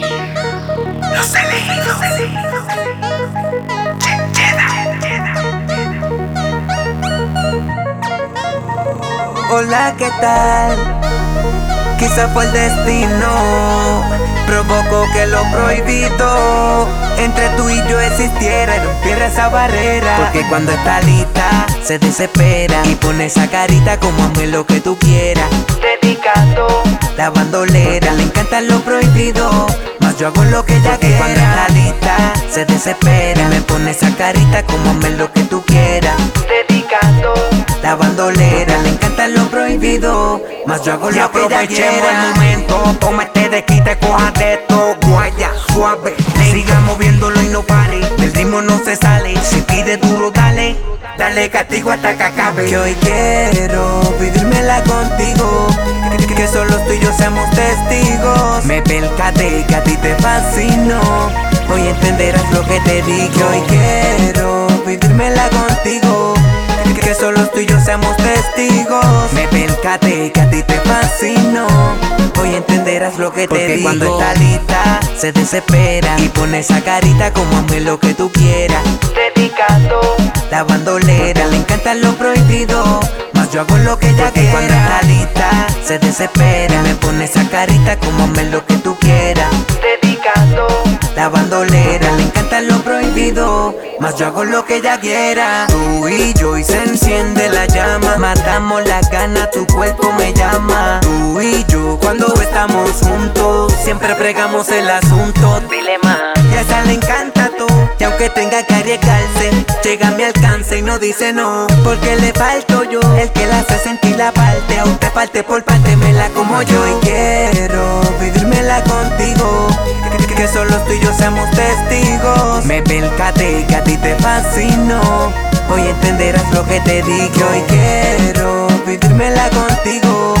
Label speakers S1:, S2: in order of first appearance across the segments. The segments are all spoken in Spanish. S1: Los elegidos. Je- Jedi.
S2: Hola, ¿qué tal? Quizá fue el destino, provocó que lo prohibido entre tú y yo existiera y rompiera esa barrera. Porque cuando está lista, se desespera y pone esa carita como hazme lo que tú quieras. Dedicando la bandolera, le encanta lo prohibido, más yo hago lo que ella Porque quiera. Cuando está lista, se desespera y me pone esa carita como hazme lo que tú quieras. Dedicando la bandolera, le encanta lo prohibido, más yo hago
S3: Y
S2: lo que ella
S3: aprovechemos
S2: quiera.
S3: el momento, toma este de quita, coja de esto, guaya, suave, siga moviéndolo y no pare, del ritmo no se sale, si pide duro dale, dale castigo hasta que acabe.
S2: Que hoy quiero vivírmela contigo. Que, que- que solo tú y yo seamos testigos. Me percaté que a ti te fascinó. Hoy entenderás lo que te digo. Que hoy quiero vivírmela contigo. Que, que solo tú y yo seamos testigos. Me percaté que a ti te fascinó. Hoy entenderás lo que
S3: Porque
S2: te digo.
S3: cuando está
S2: lista, se desespera. Y pone esa carita como hazme lo que tú quieras. La bandolera le encanta lo prohibido, más yo hago lo que ella quiera. Cuando está lista, se desespera, me pone esa carita como me lo que tú quieras. Dedicando la bandolera le encanta lo prohibido, más yo hago lo que ella quiera. Tú y yo y se enciende la llama, matamos la gana, tu cuerpo me llama. Tú y yo cuando estamos juntos, siempre fregamos el asunto. Dile más. Y a esa le encanta tú Y aunque tenga que arriesgarse Llega a mi alcance y no dice no Porque le falto yo El que la hace sentir la parte A usted parte por parte me la como yo Y quiero vivírmela contigo que- que- Que solo tú y yo seamos testigos Me percaté que a ti te fascinó Hoy entenderás lo que te dije Hoy quiero vivírmela contigo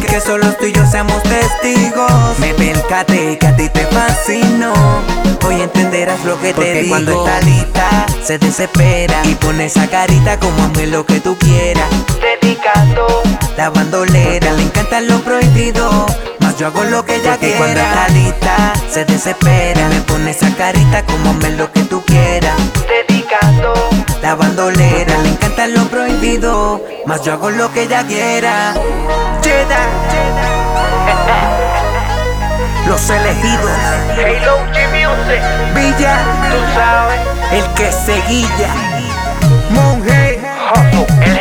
S2: que- que solo tú y yo seamos testigos Me percaté que a ti te fascinó Hoy entenderás lo que te
S3: Porque
S2: digo
S3: cuando está
S2: lista se desespera Y pone esa carita como hazme lo que tú quieras Dedicando La bandolera Le encanta lo prohibido Más yo hago lo que ella
S3: Porque
S2: quiera
S3: cuando está
S2: lista se desespera Me pone esa carita como hazme lo que tú quieras Dedicando La bandolera Le encanta lo prohibido Más yo hago lo que ella quiera
S3: Los elegidos,
S1: Halo G Music,
S3: Villa,
S1: tú sabes,
S3: el que se guilla, monje,
S1: Hustle